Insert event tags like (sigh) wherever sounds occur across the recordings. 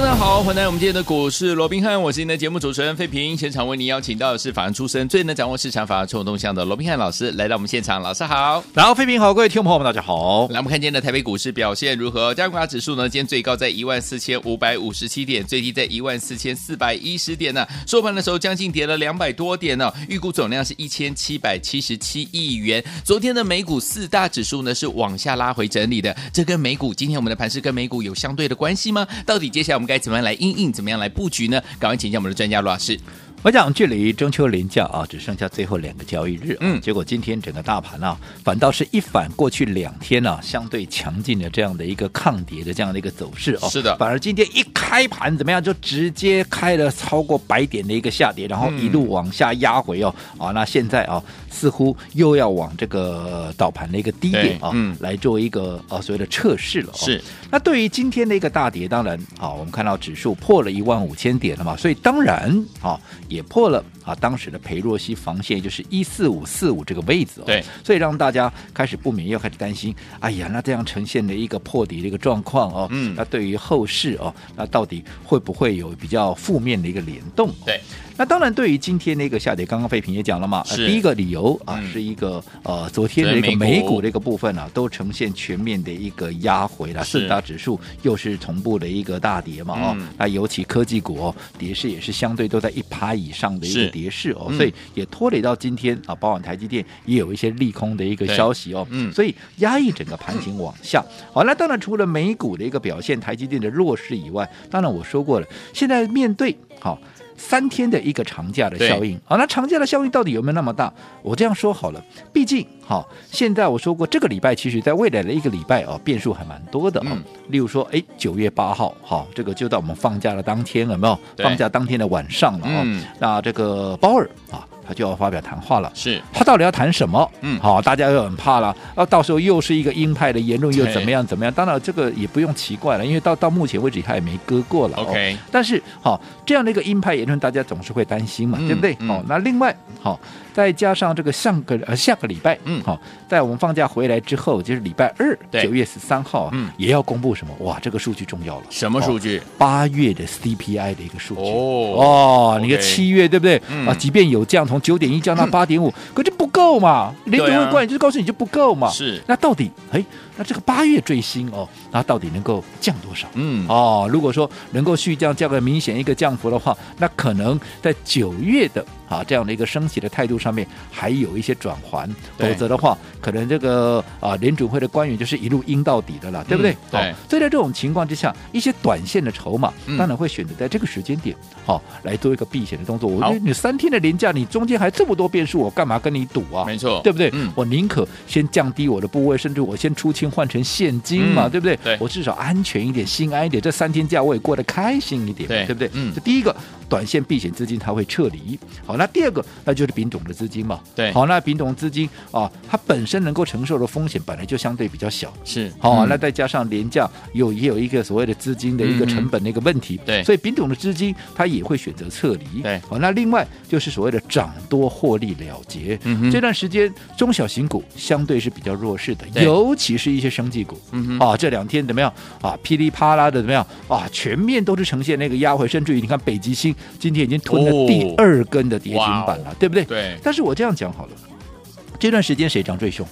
众朋友好，欢迎来到我们今天的股市罗宾汉，我是您的节目主持人费平。现场为您邀请到的是法案出身、最能掌握市场法案冲动向的罗宾汉老师来到我们现场，老师好。然后，飞平好，各位听众朋友们，大家好。来，我们看今天的台北股市表现如何？加权指数呢，今天最高在14,557点，最低在14,410点呢、收盘的时候将近跌了两百多点呢、预估总量是1,777亿元。昨天的美股四大指数呢是往下拉回整理的，这跟美股今天我们的盘势跟美股有相对的关系吗？到底接下来我们该怎么样来应应，怎么样来布局呢？赶快请教我们的专家罗老师。我讲距离中秋连假啊，只剩下最后两个交易日、啊，嗯结果今天整个大盘啊，反倒是一反过去两天啊，相对强劲的这样的一个抗跌的这样的一个走势哦，是的反而今天一开盘怎么样，就直接开了超过百点的一个下跌，然嗯后一路往下压回哦，啊，那现在啊，似乎又要往这个导盘的一个低点对啊，嗯来做一个呃、所谓的测试了、哦，是那对于今天的一个大跌，当然啊，我们看到指数破了一万五千点了嘛，所以当然啊，也破了啊当时的裴若曦防线，也就是一四五四五这个位置、哦。对，所以让大家开始不免又开始担心，哎呀，那这样呈现的一个破底的一个状况哦，嗯那对于后市哦，那到底会不会有比较负面的一个联动、哦？对，那当然，对于今天那个下跌，刚刚费平也讲了嘛，呃是第一个理由啊，嗯是一个呃，昨天的一对个美美股股的一个部分啊，都呈现全面的一个压回了，是四大指数又是同步的一个大跌嘛哦嗯，那尤其科技股哦，跌势也是相对都在一趴以上的一是个跌势哦，嗯所以也拖累到今天啊，包含台积电也有一些利空的一个对消息哦，嗯所以压抑整个盘情往下。好，那当然除了美股的一个表现，台积电的弱势以外，当然我说过了，现在面对好。三天的一个长假的对效应，啊好，那长假的效应到底有没有那么大？我这样说好了，毕竟好，现在我说过，这个礼拜其实在未来的一个礼拜哦，变数还蛮多的哦。嗯例如说，哎，九月八号，好，这个就到我们放假的当天，有没有？对放假当天的晚上了哦。嗯那这个鲍尔啊，他就要发表谈话了。是他到底要谈什么？嗯好、大家又很怕了。啊，到时候又是一个鹰派的言论，又怎么样怎么样？当然，这个也不用奇怪了，因为到到目前为止他也没割过了。哦 OK 但是好、这样的一个鹰派言论，大家总是会担心嘛，嗯对不对？嗯哦，那另外好、再加上这个上个呃下个礼拜，嗯好、在我们放假回来之后，就是礼拜二，对九月十三号，啊嗯也要公布什么？哇，这个数据重要了。什么数据？八月的 CPI 的一个数据哦哦你看 OK 七月对不对、嗯啊？即便有降，从九点一降到八点五，可这不够嘛？联对储啊会官员就是告诉你就不够嘛。是那到底哎，那这个八月最新哦，那到底能够降多少？嗯，哦，如果说能够续降，降个明显一个降幅的话，那可能在九月的啊这样的一个升息的态度上面还有一些转环，对否则的话，可能这个啊联准会的官员就是一路阴到底的了，对不对？嗯对好所以在这种情况之下，一些短线的筹码嗯当然会选择在这个时间点，好、来做一个避险的动作。我好觉得你三天的廉价，你中间还这么多变数，我干嘛跟你赌啊？没错，对不对？嗯，我宁可先降低我的部位，甚至我先出清换成现金嘛，嗯对不对？对我至少安全一点，心安一点，这三天假我也过得开心一点嘛，对不对？嗯这第一个，短线避险资金它会撤离。好，那第二个，那就是丙种的资金嘛。对好，那丙种资金啊，它本身能够承受的风险本来就相对比较小。是好、嗯那再加上廉价有也有一个所谓的资金的一个成本的一个问题，嗯对所以丙种的资金它也会选择撤离，对好、那另外就是所谓的涨多获利了结，嗯哼这段时间中小型股相对是比较弱势的，对尤其是一些生技股，嗯哼啊，这两天怎么样啊？噼里啪啦的怎么样啊？全面都是呈现那个压回，甚至于你看北极星今天已经吞哦了第二根的跌停哇哦板了，对不对？对，但是我这样讲好了，这段时间谁涨最凶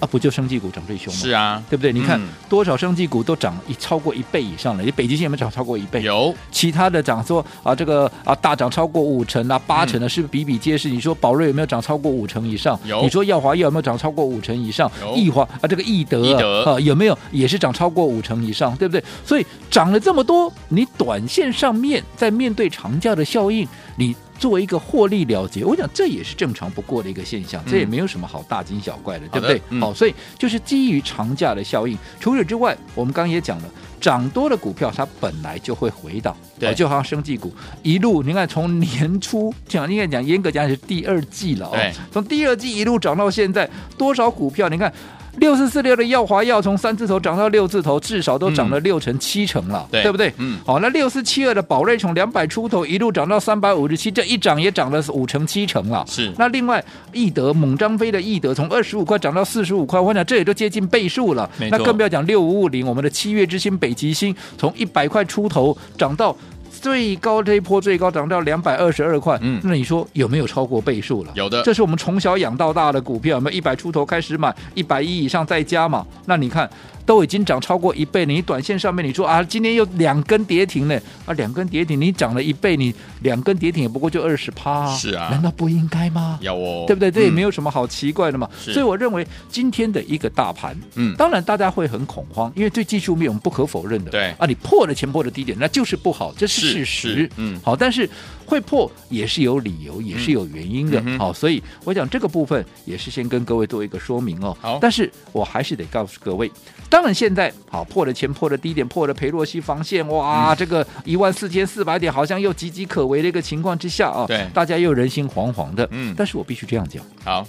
啊？不就生技股涨最凶吗？是啊，对不对？你看、嗯多少生技股都涨一超过一倍以上了，你北极星有没有涨超过一倍？。有其他的涨说啊，这个啊大涨超过五成啊八成的，是不是比比皆是？你说宝瑞有没有涨超过五成以上？有你说耀华药有没有涨超过五成以上有？易华啊，这个易德易德啊有没有也是涨超过五成以上？对不对？所以涨了这么多，你短线上面在面对长假的效应，你做一个获利了结，我想这也是正常不过的一个现象，这也嗯没有什么好大惊小怪的，好的对不对？嗯好，所以就是基于长假的效应。除此之外，我们刚刚也讲了。涨多的股票，它本来就会回档，对哦就好像生技股一路，你看从年初讲，应该讲严格讲是第二季了哦对，从第二季一路涨到现在，多少股票？你看六四四六的耀华药从三字头涨到六字头，至少都涨了六成七成了，嗯对不对？嗯好、那六四七二的宝瑞从两百出头一路涨到三百五十七，这一涨也涨了五成七成了。是那另外，易德猛张飞的易德从二十五块涨到四十五块，我想这也都接近倍数了没。那错更不要讲六五五零，我们的七月之星北极星从一百块出头涨到。最高这一波最高涨到两百二十二块，嗯那你说有没有超过倍数了？有的这是我们从小养到大的股票，我们一百出头开始买，一百一以上再加嘛。那你看，都已经涨超过一倍，你短线上面你说啊，今天又两根跌停呢，啊，两根跌停，你涨了一倍，你两根跌停也不过就二十趴，是啊难道不应该吗？要哦，对不对？这也没有，有什么好奇怪的嘛。是所以我认为今天的一个大盘，嗯当然大家会很恐慌，因为对技术面我们不可否认的，对啊，你破了前波的低点，那就是不好，这是是事是实，嗯好，但是会破也是有理由，也是有原因的嗯，哼好，所以我讲这个部分也是先跟各位做一个说明哦。好但是我还是得告诉各位，当然现在好破了前破了低点，破了裴洛西防线，嗯哇，这个一万四千四百点好像又岌岌可危的一个情况之下啊，对大家又人心惶惶的，嗯但是我必须这样讲。好，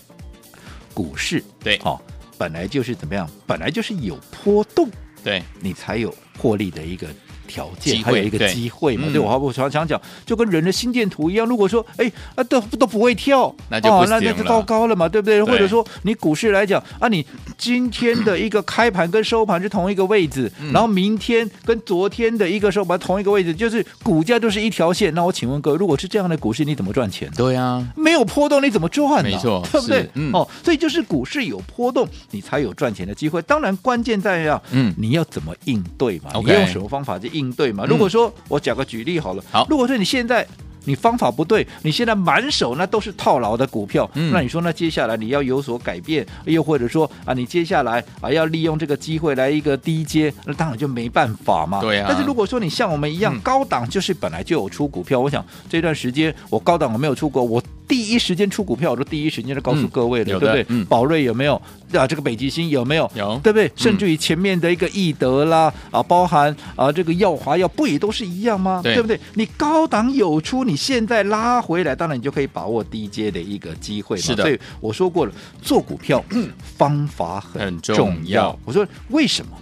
股市，对好、本来就是怎么样，本来就是有波动，对，你才有获利的一个条机件，会还有一个对机会嘛。嗯对我好，我常常讲，就跟人的心电图一样，如果说，哎，啊，都都不会跳，哦那就不那行那就了糟糕了嘛，对不对？对或者说，你股市来讲啊，你今天的一个开盘跟收盘是同一个位置，嗯然后明天跟昨天的一个收盘同一个位置，就是股价就是一条线。那我请问各位，如果是这样的股市，你怎么赚钱？对啊，没有波动你怎么赚呢？没错对不对是？嗯哦，所以就是股市有波动，你才有赚钱的机会。当然，关键在于啊，嗯你要怎么应对嘛？ OK 嗯你要用什么方法去应对嘛？如果说我讲个举例好了，好如果说你现在。你方法不对，你现在满手那都是套牢的股票，嗯那你说那接下来你要有所改变，又或者说啊，你接下来啊要利用这个机会来一个低接，那当然就没办法嘛。对啊但是如果说你像我们一样、嗯高档，就是本来就有出股票，我想这段时间我高档我没有出过，我第一时间出股票，我都第一时间就告诉嗯各位了，有对的不对？嗯宝瑞有没有啊？这个北极星有没有？有嗯对不对？甚至于前面的一个易德啦，啊，包含啊这个耀华药，不也都是一样吗？对不对？你高档有出，你现在拉回来，当然你就可以把握低阶的一个机会嘛。是的所以我说过了，做股票、嗯方法很很重重要我说为什么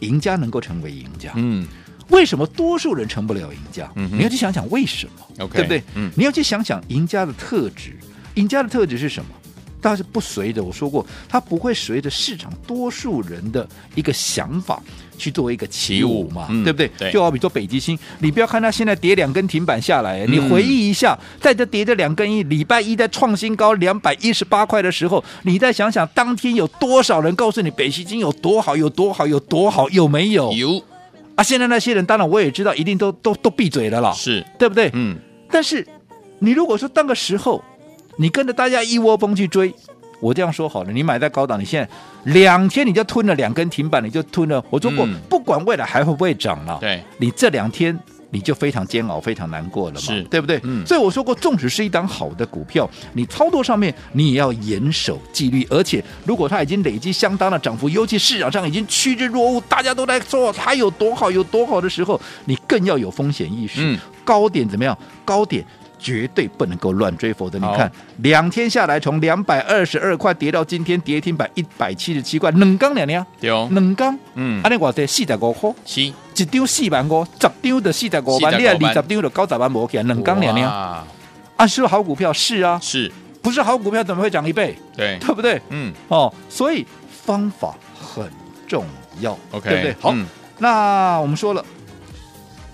赢家能够成为赢家？嗯，为什么多数人成不了赢家？嗯哼你要去想想为什么 OK，对不对？嗯你要去想想赢家的特质，赢家的特质是什么？但是不随着我说过，他不会随着市场多数人的一个想法去做一个起舞嘛，起舞嗯对不对？对就好比说北极星，你不要看它现在跌两根停板下嗯来，你回忆一下，在这跌这两根一，礼拜一在创新高两百一十八块的时候，你再想想当天有多少人告诉你北极星有多好，有多好，有多好，有没有？有啊，现在那些人，当然我也知道，一定都都都闭嘴了啦，是，对不对？嗯，但是你如果说当个时候，你跟着大家一窝蜂去追，我这样说好了，你买在高档，你现在两天你就吞了两根停板，你就吞了。我说过，嗯不管未来还会不会涨了，对，你这两天。你就非常煎熬，非常难过了嘛，是对不对？嗯所以我说过，纵使是一档好的股票，你操作上面你也要严守纪律，而且如果它已经累积相当的涨幅，尤其市场上已经趋之若鹜，大家都在说它有多好有多好的时候，你更要有风险意识。嗯高点怎么样？高点。绝对不能够乱追，否则你好看两天下来，从两百二十二块跌到今天跌停板一百七十七块，两缸两两，丢，两缸，哦嗯安，尼我得四十五块。七，一张四万五，十张就四十五万， 45,000你若二十张就九十万无去，两缸两两。哇啊，是不是好股票是啊，是，不是好股票怎么会涨一倍？对，对不对？嗯哦，所以方法很重要，OK，对不对？好，嗯那我们说了，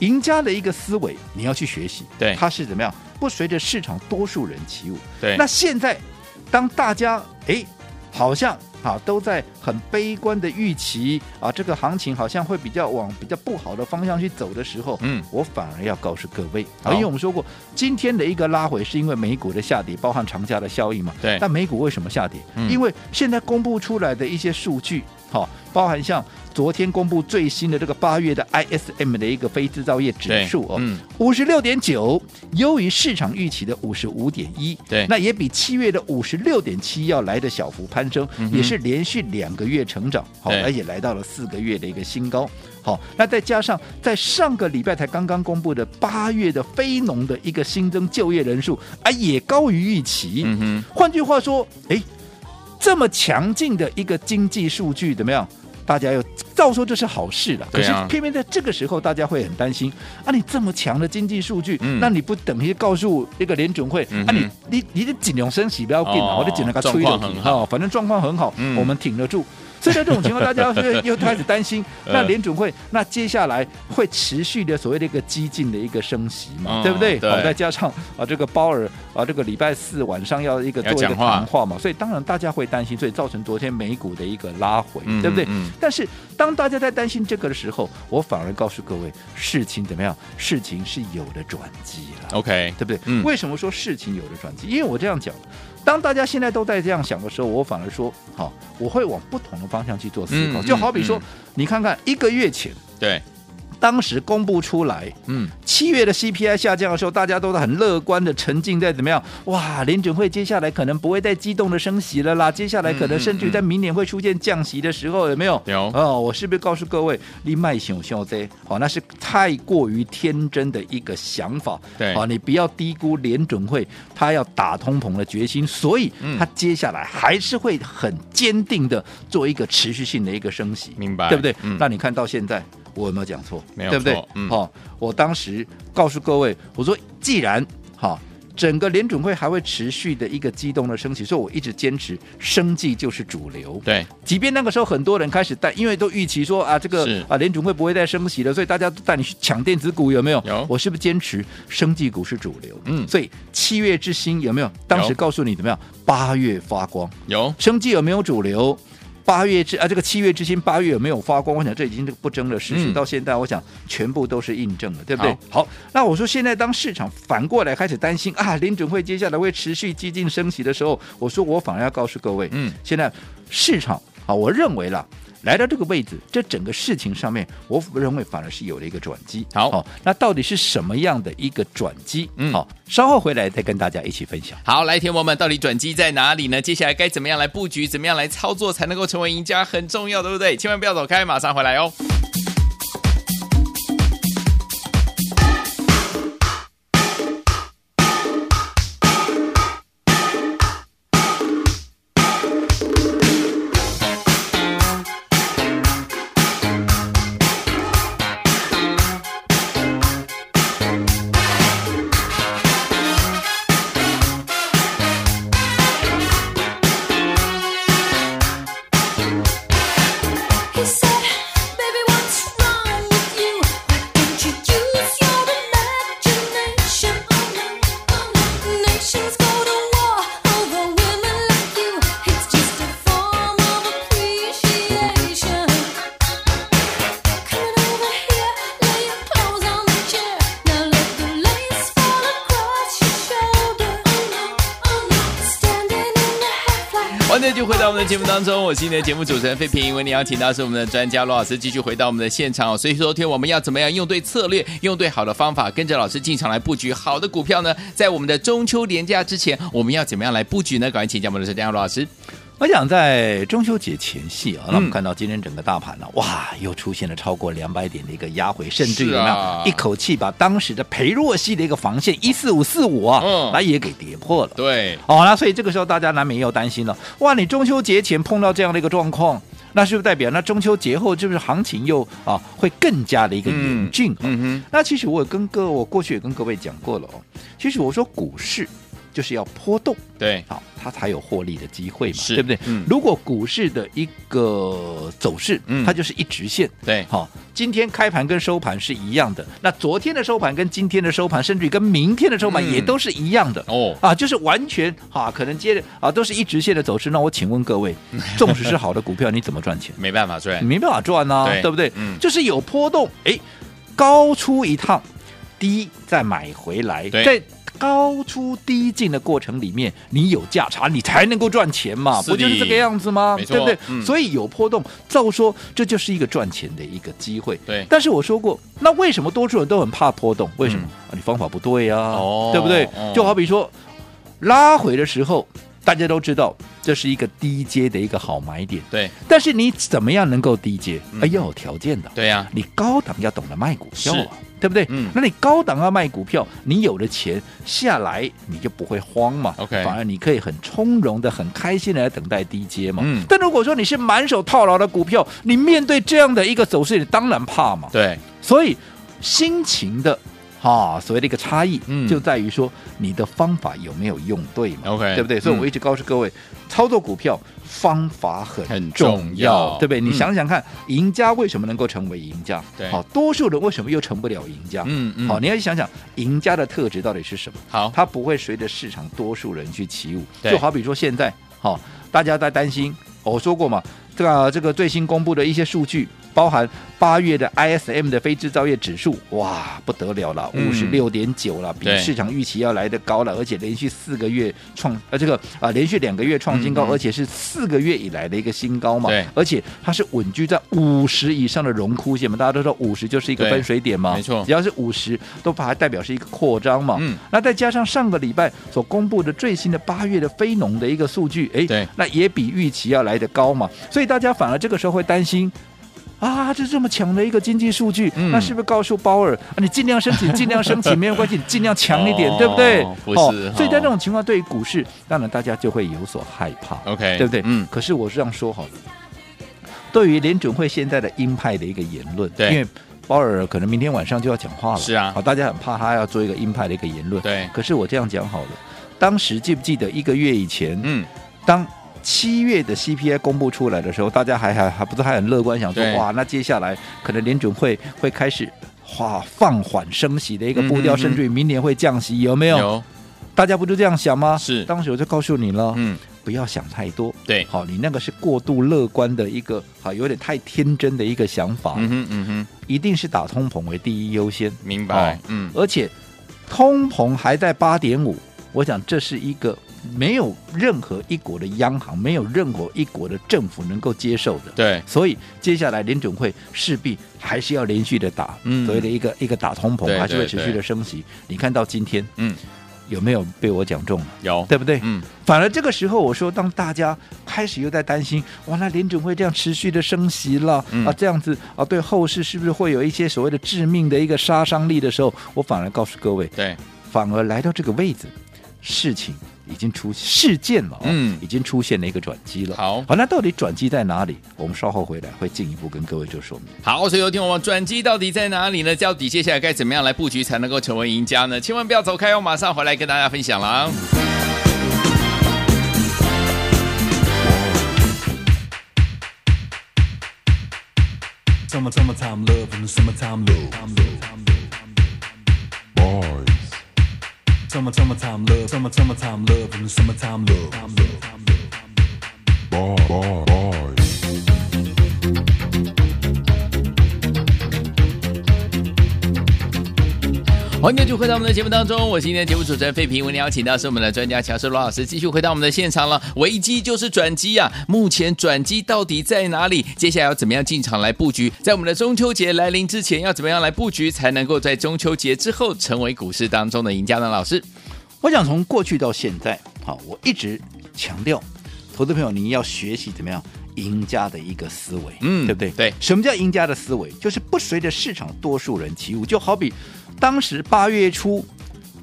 赢家的一个思维你要去学习，对它是怎么样不随着市场多数人起舞。对，那现在当大家哎，好像啊都在很悲观的预期啊，这个行情好像会比较往比较不好的方向去走的时候，嗯我反而要告诉各位，好啊，因为我们说过，今天的一个拉回是因为美股的下跌，包含长假的效应嘛。对但美股为什么下跌？嗯因为现在公布出来的一些数据。好、包含像昨天公布最新的这个八月的 ISM 的一个非制造业指数对哦嗯，五十六点九，优于市场预期的五十五点一，对那也比七月的五十六点七要来的小幅攀升，嗯哼也是连续两个月成长，好、对而且来到了四个月的一个新高。好，那再加上在上个礼拜才刚刚公布的八月的非农的一个新增就业人数，啊，也高于预期。嗯哼，换句话说，哎，这么强劲的一个经济数据怎么样？大家又照说这是好事了，可对是啊偏偏在这个时候，大家会很担心啊！你这么强的经济数据，嗯那你不等于告诉那个联准会、嗯啊哼你？你你你的紧张升息不要紧啊，哦我的紧张给它吹状了况去很好哦，反正状况很好，嗯我们挺得住。所以在这种情况，大家又又开始 (laughs) 担心，呃那联准会那接下来会持续的所谓的一个激进的一个升息嘛，嗯对不对？对好，再加上啊这个鲍尔啊这个礼拜四晚上要一个要做一讲个话谈话嘛，所以当然大家会担心，所以造成昨天美股的一个拉回，嗯对不对？嗯嗯但是当大家在担心这个的时候，我反而告诉各位，事情怎么样？事情是有了转机了。 ，OK，对不对？嗯为什么说事情有了转机？因为我这样讲，当大家现在都在这样想的时候，我反而说，好、我会往不同的方向去做思考。嗯就好比说，嗯你看看一个月前，对，当时公布出来。嗯，七月的 CPI 下降的时候，大家都很乐观的沉浸在怎么样？哇，联准会接下来可能不会再激动的升息了啦，接下来可能甚至于在明年会出现降息的时候，有没有？有哦，我是不是告诉各位，你卖熊熊这好，那是太过于天真的一个想法。哦对好，你不要低估联准会他要打通膨的决心，所以嗯他接下来还是会很坚定的做一个持续性的一个升息。明白对不对？嗯那你看到现在，我有没有讲错？没有对不对错？嗯好、我当时告诉各位，我说既然好。整个联准会还会持续的一个激动的升息，所以我一直坚持生计就是主流。对，即便那个时候很多人开始带，因为都预期说啊，这个是啊联准会不会再升息了，所以大家都带你去抢电子股，有没有？有我是不是坚持生技股是主流？嗯所以七月之星有没有？当时有告诉你怎么样？八月发光，有，生技有没有主流？八月之啊，这个七月之星，八月有没有发光？我想这已经是不争的事实，嗯到现在我想全部都是印证了，对不对好？好，那我说现在当市场反过来开始担心啊，联准会接下来会持续激进升息的时候，我说我反而要告诉各位，嗯现在市场啊，我认为啦。来到这个位置，这整个事情上面，我认为反而是有了一个转机。好那到底是什么样的一个转机？嗯好，稍后回来再跟大家一起分享。好，来，天王们，到底转机在哪里呢？接下来该怎么样来布局，怎么样来操作才能够成为赢家，很重要，对不对？千万不要走开，马上回来哦。 He said, "Baby, what's wrong with you? Why don't you use your imagination? Oh, Nations go to war over women like you. It's just a form of appreciation. Coming over here, lay your clothes on the chair. Now let the lace fall across your shoulder. Oh, Standing in the half 欢迎继续回到我们的节目当中，我是你的节目主持人费平，为你邀请到是我们的专家罗老师，继续回到我们的现场哦。所以说，天我们要怎么样用对策略，用对好的方法，跟着老师进场来布局好的股票呢？在我们的中秋连假之前，我们要怎么样来布局呢？赶快请教我们的专家罗老师。我想在中秋节前夕啊，那我们嗯看到今天整个大盘呢、哇，又出现了超过两百点的一个压回，甚至于是呢，啊一口气把当时的裴若曦的一个防线一四五四五啊，嗯那、也给跌破了。对，哦，那所以这个时候大家难免又担心了，哇，你中秋节前碰到这样的一个状况，那是不是代表那中秋节后是不是行情又啊会更加的一个嗯严峻、啊嗯哼，那其实我跟各我过去也跟各位讲过了哦，其实我说股市就是要波动。对，好，哦它才有获利的机会嘛，是对不对？嗯如果股市的一个走势，嗯哎它就是一直线。对，好，今天开盘跟收盘是一样的，那昨天的收盘跟今天的收盘，甚至于跟明天的收盘嗯也都是一样的。哦，啊，就是完全啊，可能接着啊，都是一直线的走势。那我请问 (laughs) 各位，纵使是好的股票，你怎么赚钱？没办法赚你，没办法赚呐、对对不对？嗯就是有波动，哎，高出一趟，低再买回来，对再高出低进的过程里面，你有价差，你才能够赚钱嘛，是的不就是这个样子吗？没错对不对？嗯所以有波动，照说这就是一个赚钱的一个机会。对但是我说过，那为什么多数人都很怕波动？为什么？嗯啊、你方法不对呀、哦对不对？哦就好比说拉回的时候，大家都知道这是一个低阶的一个好买点，对但是你怎么样能够低阶？嗯哎，要有条件的。对啊呀、你高档要懂得卖股票是啊，对不对？嗯那你高档要卖股票，你有了钱下来，你就不会慌嘛。 OK 反而你可以很从容的、很开心的来等待低阶嘛。嗯但如果说你是满手套牢的股票，你面对这样的一个走势，你当然怕嘛。对，所以心情的。啊，所谓的一个差异，嗯就在于说你的方法有没有用对嘛 OK，对不对？所以嗯我一直告诉各位，操作股票方法很很重要，重要对不对？你嗯想想看，赢家为什么能够成为赢家？对好，多数人为什么又成不了赢家？嗯嗯，好，你要去想想，赢家的特质到底是什么？好，它不会随着市场多数人去起舞。对就好比说现在，好、大家在担心，我说过嘛，这个这个最新公布的一些数据，包含八月的 ISM 的非制造业指数，哇，不得了了，嗯五十六点九了，比对市场预期要来的高了，而且连续四个月创呃这个啊、连续两个月创新高，嗯嗯而且是四个月以来的一个新高嘛对，而且它是稳居在五十以上的荣枯线嘛，大家都知道五十就是一个对分水点嘛，没错只要是五十都把它代表是一个扩张嘛，嗯那再加上上个礼拜所公布的最新的八月的非农的一个数据，哎，对那也比预期要来得高嘛，所以大家反而这个时候会担心。啊，这这么强的一个经济数据，嗯那是不是告诉鲍尔啊？你尽量申请，尽量申 (laughs) 请，没有关系，你尽量强一点，哦对不对？不是哦所以在这种情况，对于股市，当然大家就会有所害怕。 OK，对不对？嗯，可是我是这样说好了，对于联准会现在的鹰派的一个言论，对因为鲍尔可能明天晚上就要讲话了，是啊好，大家很怕他要做一个鹰派的一个言论，对可是我这样讲好了，当时记不记得一个月以前，嗯，当七月的 CPI 公布出来的时候，大家还还还不是还很乐观，想说对哇，那接下来可能联准会会开始。哇，放缓升息的一个步嗯调，嗯嗯甚至于明年会降息，有没有？有，大家不就这样想吗？是当时我就告诉你了，嗯，不要想太多。对，好，你那个是过度乐观的一个，好，有点太天真的一个想法，嗯哼嗯哼，一定是打通膨为第一优先，明白哦，嗯，而且通膨还在八点五，我想这是一个没有任何一国的央行，没有任何一国的政府能够接受的。对，所以接下来联准会势必还是要连续的打，嗯所谓的一个一个打通膨对，还是会对持续对的升息。你看到今天嗯，有没有被我讲中了？有，对不对？嗯，反而这个时候，我说，当大家开始又在担心，哇，那联准会这样持续的升息了、嗯啊，这样子啊，对后市是不是会有一些所谓的致命的一个杀伤力的时候，我反而告诉各位，对，反而来到这个位置，事情已经出事件了、哦，嗯已经出现了一个转机了。好好，那到底转机在哪里？我们稍后回来会进一步跟各位做说明。好，所以有听我们转机到底在哪里呢？到底接下来该怎么样来布局才能够成为赢家呢？千万不要走开哦，马上回来跟大家分享啊啦。 Summer, summertime love and the summertime low. Boys. Summer, summertime love, summer, summertime love and the summertime low. Boy, boy, boys. OK，欢迎继续回到我们的节目当中，我是今天的节目主持人费平，为您邀请到是我们的专家乔世罗老师，继续回到我们的现场了。危机就是转机啊！目前转机到底在哪里？接下来要怎么样进场来布局？在我们的中秋节来临之前，要怎么样来布局才能够在中秋节之后成为股市当中的赢家呢？老师，我想从过去到现在，好，我一直强调，投资朋友你要学习怎么样赢家的一个思维，嗯对不对？对什么叫赢家的思维？就是不随着市场多数人起舞，就好比当时八月初。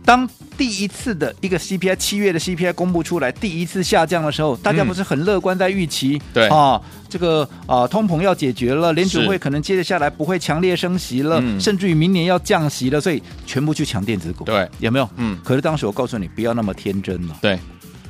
当第一次的一个 CPI，七月的 CPI 公布出来，第一次下降的时候，大家嗯不是很乐观在预期，对啊，这个啊通膨要解决了，联准是会可能接着下来不会强烈升息了，嗯甚至于明年要降息了，所以全部去抢电子股，对有没有？嗯可是当时我告诉你，不要那么天真了。对，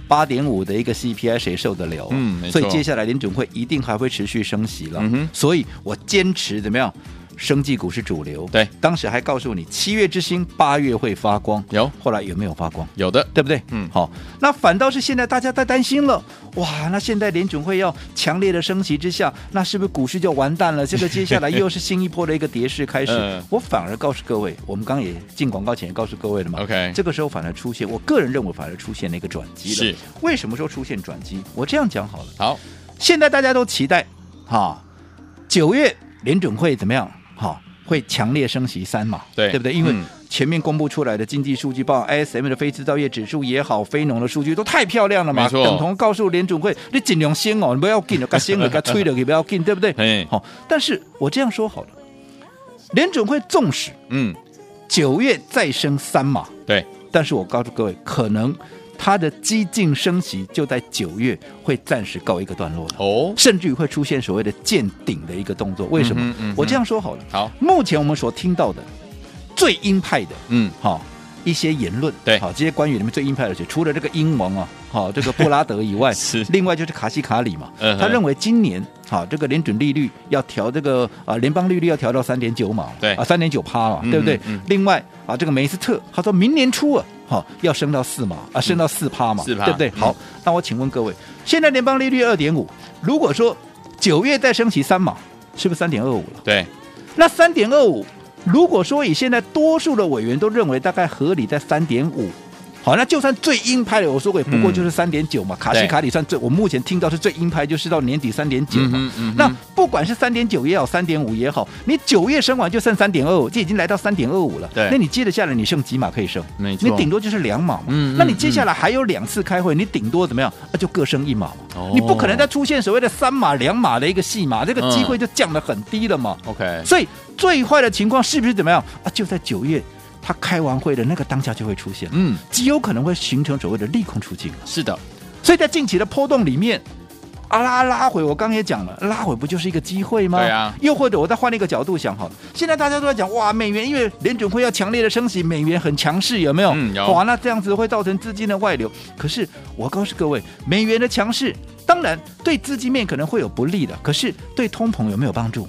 八点五的一个 CPI 谁受得了、啊？嗯没错所以接下来联准会一定还会持续升息了。嗯哼所以我坚持怎么样？生技股是主流，对当时还告诉你七月之星八月会发光，有后来有没有发光？有的，对不对？嗯好，那反倒是现在大家在担心了，哇，那现在联准会要强烈的升息之下，那是不是股市就完蛋了？这 (laughs) 个接下来又是新一波的一个跌势开始。嗯我反而告诉各位，我们刚刚也进广告前也告诉各位了嘛 OK 这个时候反而出现，我个人认为反而出现了一个转机了。是，为什么说出现转机？我这样讲好了，好，现在大家都期待，哈，九月联准会怎么样？哈，会强烈升息三嘛？对对不对？因为嗯前面公布出来的经济数据报，ISM 的非制造业指数也好，非农的数据都太漂亮了嘛，没错等同告诉联准会，你尽量先哦，你不要进了，该先了，该吹了，你不要进，对 (laughs) 不嘿对？好，但是我这样说好了，联准会纵使嗯，九月再升三码，对，但是我告诉各位，可能它的激进升息就在九月会暂时告一个段落了。哦，甚至于会出现所谓的见顶的一个动作。为什么？嗯哼嗯哼我这样说好了。好，目前我们所听到的最鹰派的，嗯，好、一些言论，对，好、这些官员里面最鹰派的，除了这个英王啊，好、这个布拉德以外 (laughs) 是另外就是卡西卡里嘛，嗯哼他认为今年好、这个联准利率要调这个啊、联邦利率要调到三点九嘛，对啊三点九趴嘛，对不对？嗯嗯另外啊，这个梅斯特他说明年初啊。好、要升到四嘛，嗯啊，升到四趴嘛， 4%对不对？好，那我请问各位，现在联邦利率二点五，如果说九月再升息三嘛，是不是三点二五了？对，那三点二五，如果说以现在多数的委员都认为大概合理在三点五。好，那就算最鹰派的，我说过也不过嗯就是三点九嘛，卡西对卡里算最，我目前听到是最鹰派，就是到年底三点九嗯嘛哼。嗯哼那不管是三点九也好，三点五也好，你九月升完就剩三点二五，这已经来到三点二五了。对那你接着下来你剩几码可以升？没错你顶多就是两码嘛。嗯嗯那你接下来还有两次开会，你顶多怎么样？那就各升一码嘛。哦你不可能再出现所谓的三码两码的一个戏码，这个机嗯会就降得很低了嘛。 OK，所以最坏的情况是不是怎么样啊？就在九月，他开完会的那个当下就会出现，嗯，极有可能会形成所谓的利空出尽。是的，所以在近期的波动里面。啊拉拉回，我刚也讲了，拉回不就是一个机会吗？对啊又或者我再换一个角度想好了，现在大家都在讲哇，美元因为联准会要强烈的升息，美元很强势，有没有？嗯有哇，那这样子会造成资金的外流。可是我告诉各位，美元的强势，当然对资金面可能会有不利的，可是对通膨有没有帮助？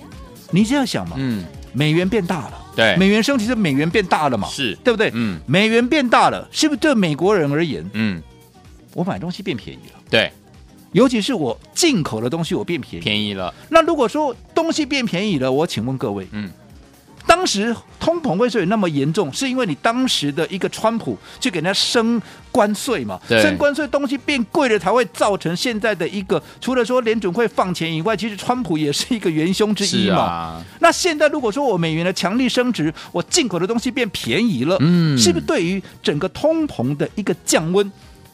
你这样想嘛？嗯，美元变大了，对美元升值是美元变大了嘛，是对不对？嗯美元变大了，是不是对美国人而言，嗯，我买东西变便宜了？对，尤其是我进口的东西，我变便宜。便宜了，那如果说东西变便宜了，我请问各位，嗯，当时通膨为什么那么严重？是因为你当时的一个川普去给人家升关税嘛？对升关税东西变贵了，才会造成现在的一个，除了说联准会放钱以外，其实川普也是一个元凶之是一嘛。啊，那现在如果说我美元的强力升值，我进口的东西变便宜了，嗯是不是对于整个通膨的一个降温，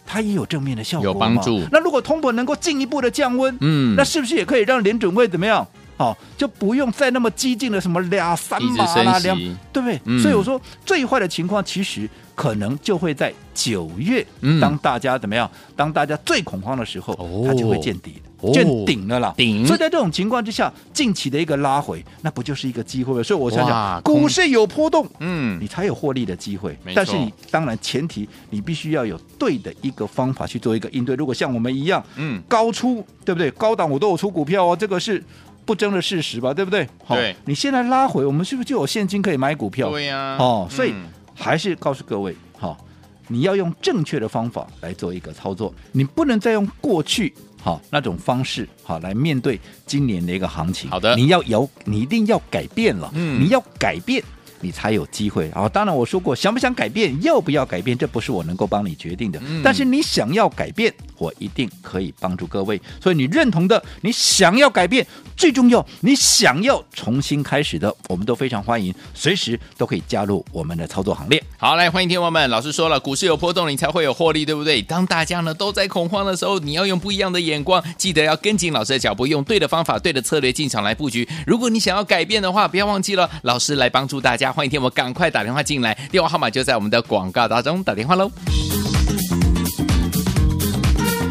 它也有正面的效果有帮嘛助那如果通膨能够进一步的降温，嗯那是不是也可以让联准会怎么样？好、就不用再那么激进的什么俩三一直码啦，升两息对不对？嗯所以我说最坏的情况其实可能就会在九月，嗯当大家怎么样？当大家最恐慌的时候，哦它就会见底哦的，见顶了啦。顶所以在这种情况之下，近期的一个拉回，那不就是一个机会吗？所以我想哇想，空股市有波动，嗯你，才有获利的机会没错。但是你当然前提，你必须要有对的一个方法去做一个应对。如果像我们一样，嗯高出对不对？高档我都有出股票哦，这个是不争的事实吧，对不对？对你现在拉回，我们是不是就有现金可以买股票？对呀，哦，所以嗯还是告诉各位，好、你要用正确的方法来做一个操作，你不能再用过去好、那种方式好、来面对今年的一个行情。好的你要有，你一定要改变了，嗯你要改变。你才有机会啊、当然，我说过，想不想改变，要不要改变，这不是我能够帮你决定的。嗯但是你想要改变，我一定可以帮助各位。所以你认同的，你想要改变，最重要，你想要重新开始的，我们都非常欢迎，随时都可以加入我们的操作行列。好，来欢迎天王们。老师说了，股市有波动，你才会有获利，对不对？当大家呢都在恐慌的时候，你要用不一样的眼光，记得要跟紧老师的脚步，用对的方法、对的策略进场来布局。如果你想要改变的话，不要忘记了，老师来帮助大家。欢迎天王赶快打电话进来，电话号码就在我们的广告当中，打电话喽。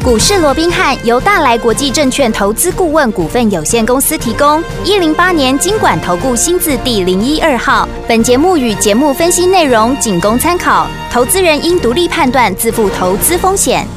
股市罗宾汉由大来国际证券投资顾问股份有限公司提供，一零八年经管投顾新字第零一二号。本节目与节目分析内容仅供参考，投资人应独立判断，自负投资风险。